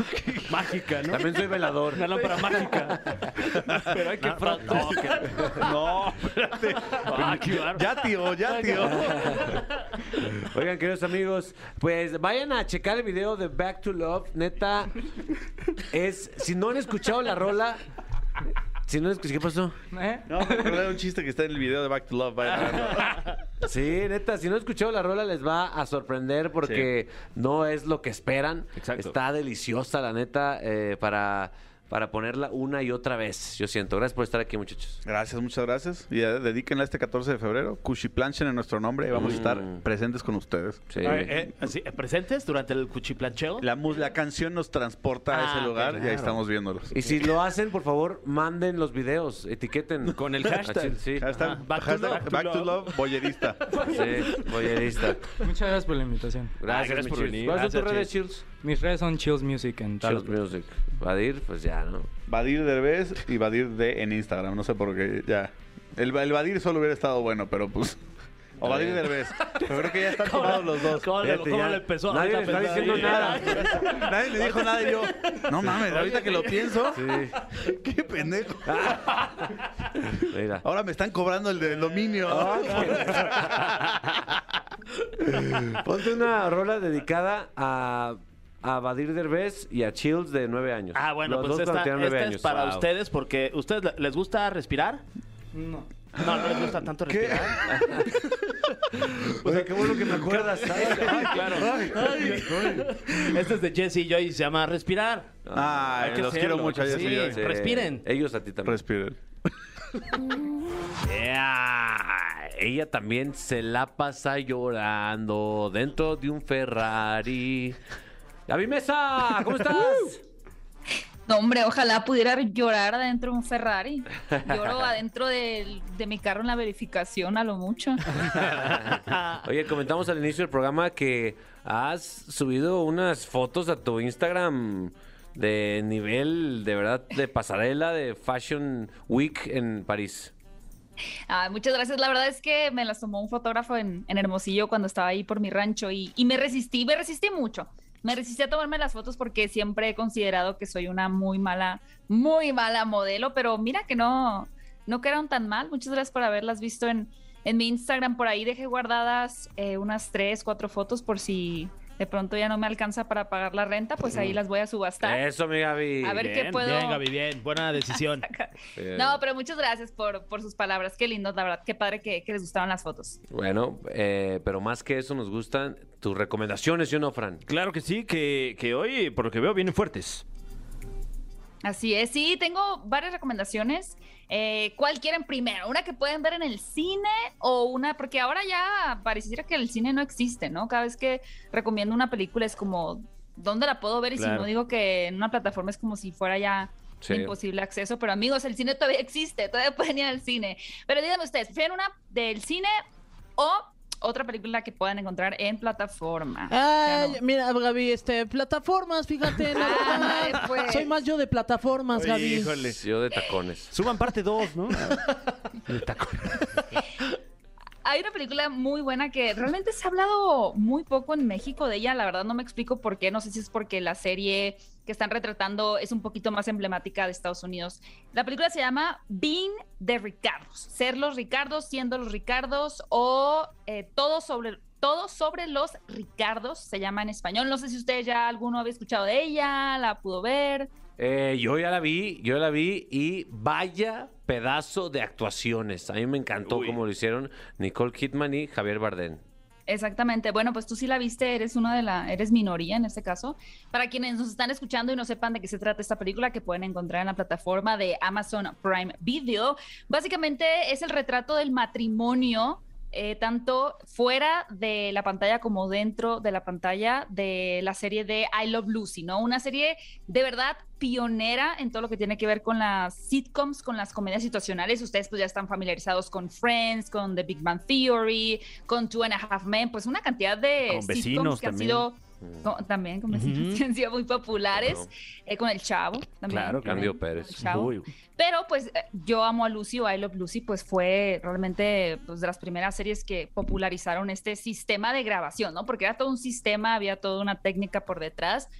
ok. Mágica, ¿no? También soy velador. Una lámpara mágica. Pero hay que Ah, No, que- No, espérate. Ah, qué bárbaro. Ya, tío, ya, tío. Oigan, queridos amigos, pues vayan a checar el video de Back to Love. Neta, es. Si no han escuchado la rola. Si no han escuchado. ¿Qué pasó? ¿Eh? No, me acordé de un chiste que está en el video de Back to Love. vayan a verlo. Sí, neta, si no han escuchado la rola les va a sorprender porque no es lo que esperan. Exacto. Está deliciosa, la neta, eh, para, para ponerla una y otra vez. Yo siento. Gracias por estar aquí, muchachos. Gracias, muchas gracias. Y eh, dedíquenla este 14 de febrero. Cuchiplanchen en nuestro nombre y vamos a estar presentes con ustedes. Mm. Sí. Eh, así, ¿Presentes durante el cuchiplancheo? La, mus- la canción nos transporta a Ah, ese lugar y claro. ahí estamos viéndolos. Y si lo hacen, por favor, manden los videos, etiqueten. Con el hashtag. Sí, Hashtag- Ajá, Back to hashtag Love. Back to Love, boyerista. sí, voyerista. Muchas gracias por la invitación. Ah, Gracias, gracias mi por Chills. venir. ¿Cuáles son tus Gracias, redes, Chills? Mis redes son Chills Music en todas Chills las plataformas. Music. Vadir, pues ya, ¿no? Vadir Derbez y Vadir D en Instagram. No sé por qué, ya. El, el Vadir solo hubiera estado bueno, pero pues... O Vadir Derbez. Pero creo que ya están tomados los dos. ¿Cómo le, Fíjate, cómo ya. le empezó? Nadie le ahorita está a pensar? diciendo Sí. nada. Nadie me dijo nada y yo... No mames, ahorita que lo pienso... Qué pendejo. Mira. Ah, Ahora me están cobrando el del dominio. Ponte una rola dedicada a, a Badir Derbez y a Chills de nueve años. Ah, bueno, Los pues dos cuando esta, tenían nueve esta es años. para Wow. ustedes porque ¿ustedes le- les gusta respirar? No. No, no les gusta tanto respirar. O sea, qué bueno que me acuerdas. ¿sabes? claro. Este es de Jesse y Joy y se llama Respirar. Ay, Ah, Hay que los quiero hacerlo, mucho. que ya sí. sí, ya Sí. Respiren. Ellos a ti también. Respiren. Ah, Ella también se la pasa llorando dentro de un Ferrari. Gaby Mesa, ¿cómo estás? No, hombre, ojalá pudiera llorar adentro de un Ferrari. Lloro adentro del- de mi carro en la verificación a lo mucho. Oye, comentamos al inicio del programa que has subido unas fotos a tu Instagram de nivel, de verdad, de pasarela de Fashion Week en París. Ah, muchas gracias. La verdad es que me las tomó un fotógrafo en, en Hermosillo cuando estaba ahí por mi rancho y, y me resistí, me resistí mucho. Me resistí a tomarme las fotos porque siempre he considerado que soy una muy mala, muy mala modelo, pero mira que no, no quedaron tan mal. Muchas gracias por haberlas visto en, en mi Instagram. Por ahí dejé guardadas eh, unas tres, cuatro fotos por si de pronto ya no me alcanza para pagar la renta, pues ahí las voy a subastar. Eso, mi Gaby. A ver qué Bien, puedo. Bien, Gaby, bien. Buena decisión. Bien. No, pero muchas gracias por, por sus palabras. Qué lindo, la verdad. Qué padre que, que les gustaron las fotos. Bueno, eh, pero más que eso nos gustan tus recomendaciones, ¿sí o no, Fran? Claro que sí, que, que hoy, por lo que veo, vienen fuertes. Así es. Sí, tengo varias recomendaciones. Eh, ¿Cuál quieren primero? ¿Una que pueden ver en el cine o una? Porque ahora ya pareciera que el cine no existe, ¿no? Cada vez que recomiendo una película es como, ¿dónde la puedo ver? Y si Claro. no digo que en una plataforma es como si fuera ya Sí. imposible acceso. Pero amigos, el cine todavía existe, todavía pueden ir al cine. Pero díganme ustedes, ¿prefieren una del cine o otra película que puedan encontrar en plataforma? Ay, Ah, Ya no. mira, Gaby, este, plataformas, fíjate. la Ah, verdad. pues. Soy más yo de plataformas, Gaby. Yo de tacones. Suban parte 2, ¿no? Hay una película muy buena que realmente se ha hablado muy poco en México de ella. La verdad no me explico por qué. No sé si es porque la serie que están retratando es un poquito más emblemática de Estados Unidos. La película se llama Being de Ricardos. Ser los Ricardos, siendo los Ricardos o eh, todo sobre... Todo sobre los Ricardos se llama en español. No sé si usted ya alguno había escuchado de ella, la pudo ver. Eh, yo ya la vi, yo ya la vi y vaya pedazo de actuaciones. A mí me encantó Uy. como lo hicieron Nicole Kidman y Javier Bardem. Exactamente. Bueno, pues tú sí la viste, eres una de la, eres minoría en este caso. Para quienes nos están escuchando y no sepan de qué se trata esta película, que pueden encontrar en la plataforma de Amazon Prime Video, básicamente es el retrato del matrimonio. eh, tanto fuera de la pantalla como dentro de la pantalla de la serie de I Love Lucy, ¿no? Una serie de verdad pionera en todo lo que tiene que ver con las sitcoms, con las comedias situacionales. Ustedes pues ya están familiarizados con Friends, con The Big Bang Theory, con Two and a Half Men, pues una cantidad de Con vecinos sitcoms que han también. sido Mm. con- también con vecinos Ujú. que han sido muy populares, Ujú. eh, con el Chavo también. Claro, claro. Cambio Pérez. El Chavo. Uy. Pero pues eh, yo amo a Lucy o I Love Lucy, pues fue realmente pues, de las primeras series que popularizaron este sistema de grabación, ¿no? Porque era todo un sistema, había toda una técnica por detrás.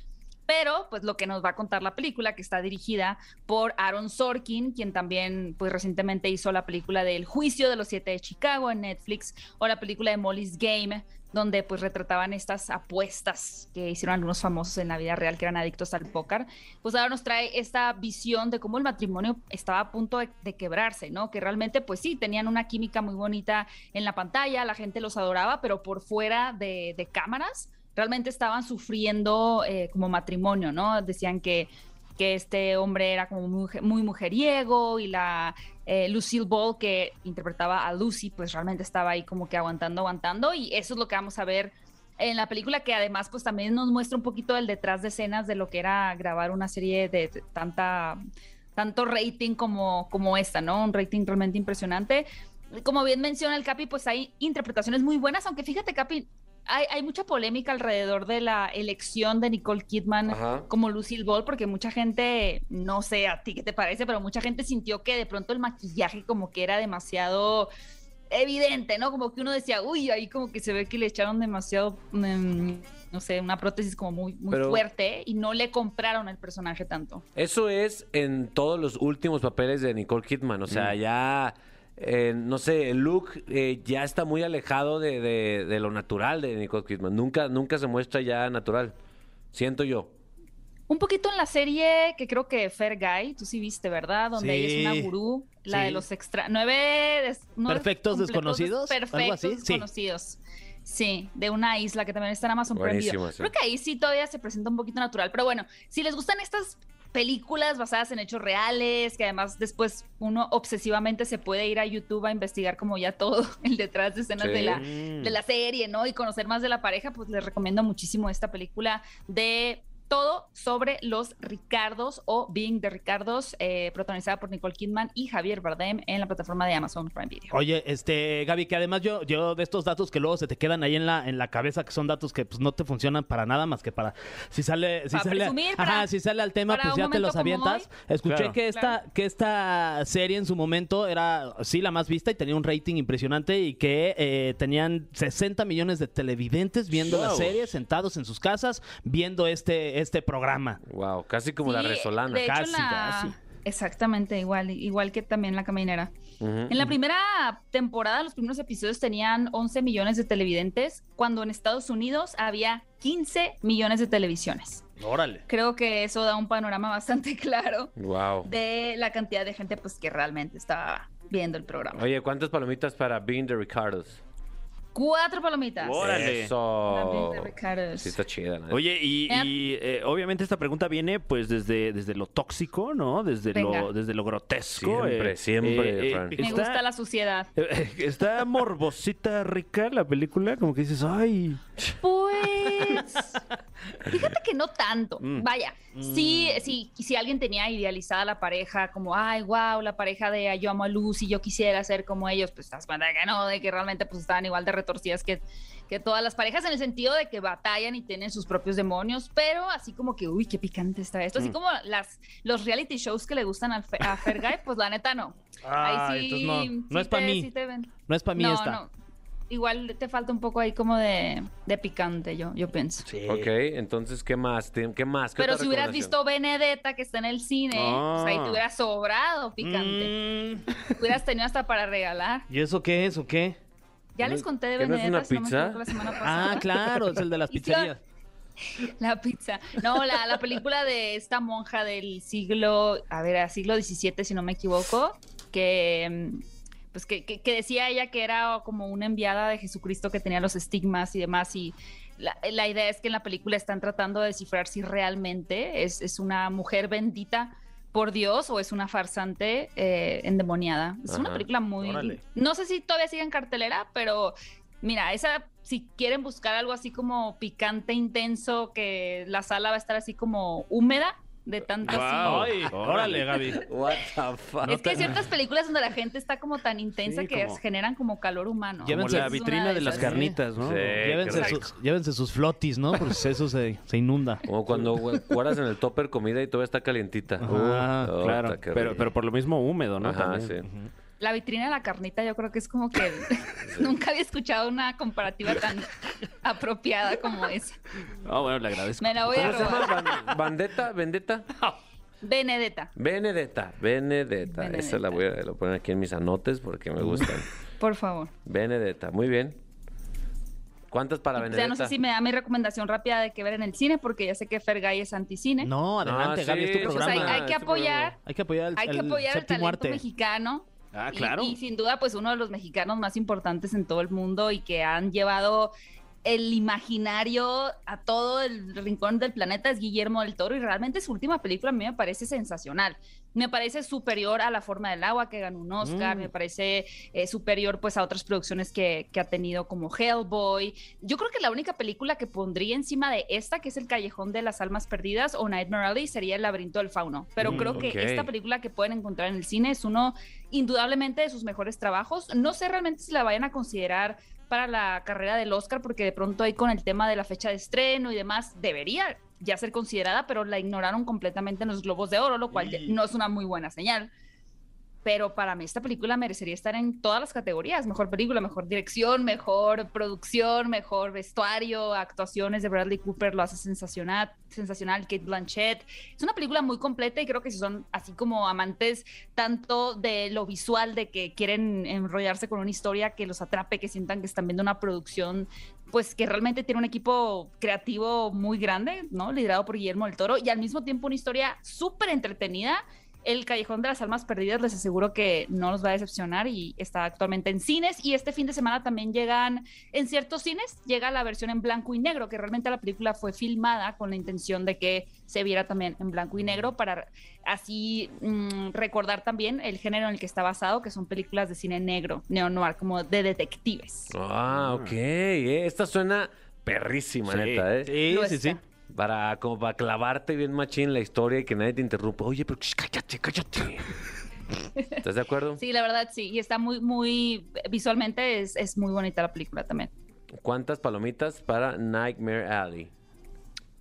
Pero pues lo que nos va a contar la película, que está dirigida por Aaron Sorkin, quien también pues recientemente hizo la película del Juicio de los Siete de Chicago en Netflix, o la película de Molly's Game, donde pues retrataban estas apuestas que hicieron algunos famosos en la vida real que eran adictos al póker pues ahora nos trae esta visión de cómo el matrimonio estaba a punto de, de quebrarse, ¿no? Que realmente, pues sí, tenían una química muy bonita en la pantalla, la gente los adoraba, pero por fuera de, de cámaras realmente estaban sufriendo eh, como matrimonio, ¿no? Decían que que este hombre era como muy, muje- muy mujeriego y la eh, Lucille Ball que interpretaba a Lucy pues realmente estaba ahí como que aguantando, aguantando y eso es lo que vamos a ver en la película que además pues también nos muestra un poquito el detrás de escenas de lo que era grabar una serie de t- tanta tanto rating como como esta, ¿no? Un rating realmente impresionante. Como bien menciona el Capi, pues hay interpretaciones muy buenas, aunque fíjate Capi, hay, hay mucha polémica alrededor de la elección de Nicole Kidman Ajá. como Lucille Ball, porque mucha gente, no sé a ti qué te parece, pero mucha gente sintió que de pronto el maquillaje como que era demasiado evidente, ¿no? Como que uno decía, uy, ahí como que se ve que le echaron demasiado, mm, no sé, una prótesis como muy, muy Pero- fuerte y no le compraron el personaje tanto. Eso es en todos los últimos papeles de Nicole Kidman. O sea, ya eh, no sé, Luke eh, ya está muy alejado de, de- de lo natural de Nicole Kidman. Nunca, nunca se muestra ya natural. Siento yo. Un poquito en la serie que creo que Fair Guy, tú sí viste, ¿verdad? Donde ella es Sí. una gurú, la de Sí. los extra... Nueve... des- nueve Perfectos completos des- desconocidos, algo Perfectos así, sí. desconocidos. Sí, de una isla que también está en Amazon Prime Video. Buenísimo, sí. Creo que ahí sí todavía se presenta un poquito natural. Pero bueno, si les gustan estas películas basadas en hechos reales, que además después uno obsesivamente se puede ir a YouTube a investigar como ya todo el detrás de escenas Sí. de la Mm. de Mm. la serie, ¿no? Y conocer más de la pareja, pues les recomiendo muchísimo esta película de todo sobre los Ricardos o Being de Ricardos, eh, protagonizada por Nicole Kidman y Javier Bardem en la plataforma de Amazon Prime Video. Oye, este, Gaby, que además yo, yo de estos datos que luego se te quedan ahí en la, en la cabeza, que son datos que pues no te funcionan para nada más que para si sale, si Para sale, presumir, ajá, para- si sale al tema, para pues un ya te momento los como avientas. Escuché Claro. que esta, Claro. que esta serie en su momento era sí la más vista y tenía un rating impresionante y que eh, tenían 60 millones de televidentes viendo la Wow. serie, sentados en sus casas, viendo este, este programa. Wow, casi como la Sí, resolana. de hecho, casi, la- casi. Exactamente, igual, igual que también la caminera. Ujú. En la primera temporada, los primeros episodios tenían 11 millones de televidentes, cuando en Estados Unidos había 15 millones de televisiones. Órale. Creo que eso da un panorama bastante claro Wow. de la cantidad de gente pues que realmente estaba viendo el programa. Oye, ¿cuántas palomitas para Being the Ricardos? Cuatro palomitas. Órale. La Eso. Being the Ricardos. Sí, está chida. la neta. Oye, y, Ya. y, eh, obviamente esta pregunta viene pues desde, desde lo tóxico, ¿no? Desde, Venga. lo, desde lo grotesco. Siempre, eh, siempre, Fran. Me está- eh, gusta la suciedad. Está morbosita rica la película, como que dices, ay. Pues fíjate que no tanto. Mm. Vaya, sí, Mm. sí, si alguien tenía idealizada la pareja, como ay, wow, la pareja de yo amo a Luz y yo quisiera ser como ellos, pues estás cuenta de que no, de que realmente pues estaban igual de retorcidas que, que todas las parejas, en el sentido de que batallan y tienen sus propios demonios, pero así como que, uy, qué picante está esto. Mm. Así como las, los reality shows que le gustan al Fe- a Fergay, pues la neta no. Ahí Ah, sí, no, sí no es para te- mí. sí te ven. No es para mí No, esta. no. Igual te falta un poco ahí como de, de picante, yo, yo pienso. Ok, entonces, ¿qué más? Tim? ¿Qué más? ¿Qué Pero otra si hubieras recomendación? visto Benedetta que está en el cine, Ah. pues ahí te hubiera sobrado Mm. picante. Mm. Hubieras tenido hasta para regalar. ¿Y eso qué es o qué? Ya ¿No- les conté de que no es Benedetta una si no me pizza? equivoco, la semana pasada. Ah, claro, es el de las Y sí, pizzerías. La pizza. No, la, la película de esta monja del siglo, a ver, a siglo XVII, si no me equivoco, que mm, pues que, que- que decía ella que era como una enviada de Jesucristo que tenía los estigmas y demás. Y la, la idea es que en la película están tratando de descifrar si realmente es, es una mujer bendita por Dios o es una farsante eh, endemoniada. Es una Ajá, película muy... órale. No sé si todavía sigue en cartelera, pero Mira, esa, si quieren buscar algo así como picante, intenso, que la sala va a estar así como húmeda de tanto Guau. así. Ay, órale, Gaby. What the fuck? es que hay ciertas películas donde la gente está como tan intensa Sí, que como- generan como calor humano. Como la Llévense- Esa es una vitrina de las esas. carnitas, ¿no? Sí. Llévense Eh, qué rico. sus, llévense sus flotis, ¿no? Pues eso se, se inunda. ¿Eh? Como cuando güey, guardas en el topper comida y todavía está calientita. Ajá, Uh, Claro, está, qué pero, rico. pero por lo mismo húmedo, ¿no? Ajá, También. sí. La vitrina de la carnita yo creo que es como que nunca había escuchado una comparativa tan apropiada como esa. Ah, bueno, le agradezco. Me la voy a ¿Cómo se llama? robar. Van- ¿Vandetta? ¿Vendetta? Benedetta, Benedetta. Benedetta. Esa la voy a, la poner aquí en mis anotes porque me gustan. por favor. Benedetta. Muy bien. ¿Cuántas para O sea, Benedetta? pues, no sé si me da mi recomendación rápida de que ver en el cine, porque ya sé que Fergay es anticine. No, adelante, sí, Gaby, es tu pues Pues programa. hay, programa, hay que este programa. apoyar, Hay que apoyar el, hay que apoyar el séptimo talento arte. mexicano. Ah, y- claro. Y, sin duda, pues uno de los mexicanos más importantes en todo el mundo y que han llevado el imaginario a todo el rincón del planeta es Guillermo del Toro y realmente su última película a mí me parece sensacional. Me parece superior a La Forma del Agua que ganó un Oscar, me parece eh, superior pues a otras producciones que, que ha tenido como Hellboy. Yo creo que la única película que pondría encima de esta, que es El Callejón de las Almas Perdidas o Nightmare Alley, sería El Laberinto del Fauno. Pero Mm, creo que ok. esta película que pueden encontrar en el cine es uno indudablemente de sus mejores trabajos. No sé realmente si la vayan a considerar para la carrera del Oscar, porque de pronto ahí con el tema de la fecha de estreno y demás, debería ya ser considerada, pero la ignoraron completamente en los Globos de Oro, lo cual ya- no es una muy buena señal. pero para mí esta película merecería estar en todas las categorías, mejor película, mejor dirección, mejor producción, mejor vestuario, actuaciones de Bradley Cooper lo hace sensacional, sensacional Kate Blanchett. Es una película muy completa y creo que si son así como amantes tanto de lo visual de que quieren enrollarse con una historia que los atrape, que sientan que están viendo una producción pues que realmente tiene un equipo creativo muy grande, ¿no? Liderado por Guillermo del Toro y al mismo tiempo una historia súper entretenida el Callejón de las Almas Perdidas les aseguro que no nos va a decepcionar y está actualmente en cines y este fin de semana también llegan en ciertos cines, llega la versión en blanco y negro, que realmente la película fue filmada con la intención de que se viera también en blanco y negro para así mm, recordar también el género en el que está basado, que son películas de cine negro, neo-noir, como de detectives. Ah, ok. eh, Esta suena perrísima, neta, ¿eh? Sí, Lo sí, sí. está. Para, como para clavarte bien machín la historia y que nadie te interrumpa. Oye, pero sh, cállate, cállate. ¿Estás de acuerdo? Sí, la verdad sí, y está muy, muy, visualmente es, es muy bonita la película también. ¿Cuántas palomitas para Nightmare Alley?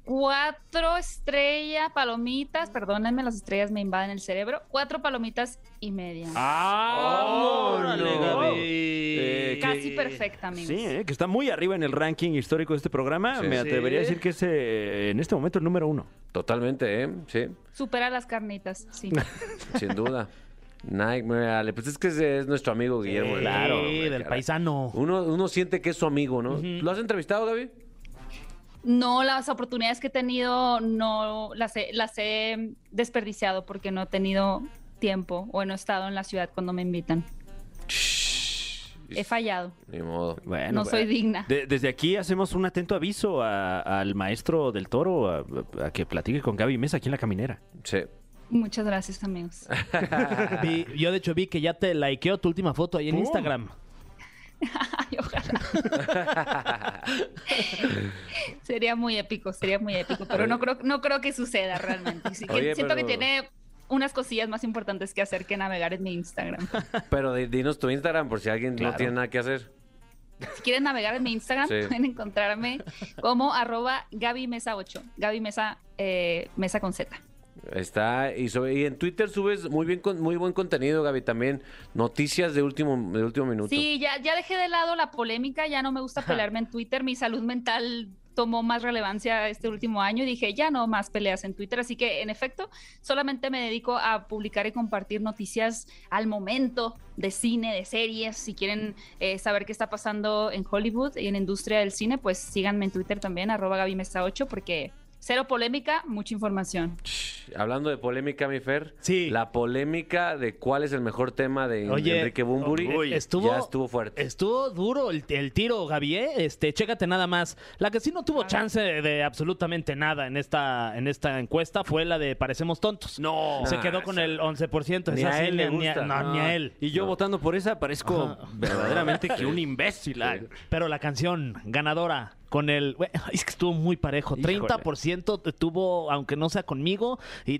cuatro estrellas, palomitas, perdónenme, las estrellas me invaden el cerebro, cuatro palomitas y media. ¡Ah! ¡Órale, Gaby! Eh, Casi que- perfecta, amigos. Sí, eh, que está muy arriba en el ranking histórico de este programa. Sí. Me atrevería a Sí. decir que es eh, en este momento el número uno. Totalmente, ¿eh? Sí, Supera las carnitas, sí. sin duda. Nightmare Alley. Pues es que ese es nuestro amigo Guillermo. del Toro, Sí, hombre, del caray. Uh. paisano. Uno, uno siente que es su amigo, ¿no? ¿Lo has entrevistado, Gaby? No, las oportunidades que he tenido no las he, las he desperdiciado porque no he tenido tiempo o no he estado en la ciudad cuando me invitan. He fallado. Ni modo. Bueno, No soy bueno. digna. De- desde aquí hacemos un atento aviso a- al maestro del toro a, a que platique con Gaby Mesa aquí en la caminera. Sí. Muchas gracias, amigos. Vi- yo de hecho vi que ya te likeó tu última foto ahí en Instagram. Ay, ojalá. sería muy épico, sería muy épico, pero no creo, no creo que suceda realmente. Sí que- Oye, siento que pero- tiene unas cosillas más importantes que hacer que navegar en mi Instagram. Pero di- dinos tu Instagram por si alguien no Claro. tiene nada que hacer. Si quieren navegar en mi Instagram, Sí. pueden encontrarme como arroba Gaby Mesa 8, Gaby Mesa, eh, Mesa con Z. Está y, sobre- y en Twitter subes muy bien con muy buen contenido, Gaby, también noticias de último de último minuto. Sí, ya, ya dejé de lado la polémica, ya no me gusta pelearme en Twitter, mi salud mental tomó más relevancia este último año y dije, ya no más peleas en Twitter, así que en efecto, solamente me dedico a publicar y compartir noticias al momento de cine, de series, si quieren eh, saber qué está pasando en Hollywood y en la industria del cine, pues síganme en Twitter también, arroba Gaby Mesa 8, porque cero polémica, mucha información. Ch, Hablando de polémica, mi Fer. Sí. La polémica de cuál es el mejor tema de Oye, oh, Enrique Bumburi. uy, estuvo- ya estuvo fuerte. Estuvo duro el, el tiro, Gaby. ¿eh? Este, chécate nada más. La que sí no Ah. tuvo chance de, de absolutamente nada en esta, en esta encuesta fue la de Parecemos Tontos. No. Se Nah, quedó con esa- el 11%. Ni esa a sí, él le gusta. no, ni a él. Y yo votando por esa parezco Ajá. verdaderamente que un imbécil. Ay, Pero la canción ganadora con el... güey, Es que estuvo muy parejo. Híjole. 30% te tuvo, aunque no sea conmigo, y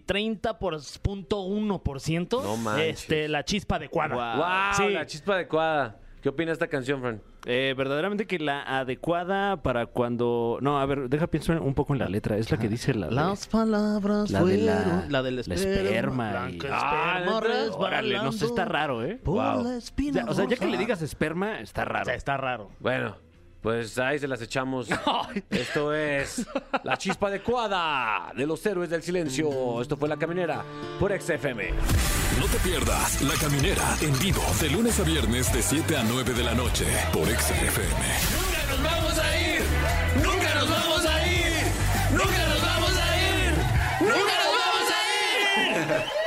30.1% No manches. este, la chispa adecuada. Guau. Wow, Sí. Ah. la chispa adecuada. ¿Qué opina esta canción, Fran? eh, verdaderamente que la adecuada para cuando... No, a ver, deja pienso un poco en la letra. Es la que dice la... de- Las palabras la de fueron... la, del la esperma. y- blanca Ah, esperma ¿neta? Órale, no resbalando sé, está raro, ¿eh? por Wow. la O espina sea, o sea, ya que dorsal. le digas esperma, está O sea, raro. está raro. Bueno, pues ahí se las echamos. Esto es La Chispa Adecuada de los Héroes del Silencio. Esto fue La Caminera por XFM. No te pierdas La Caminera en vivo de lunes a viernes de 7 a 9 de la noche por XFM. ¡Nunca nos vamos a ir! ¡Nunca nos vamos a ir! ¡Nunca nos vamos a ir! ¡Nunca nos vamos a ir!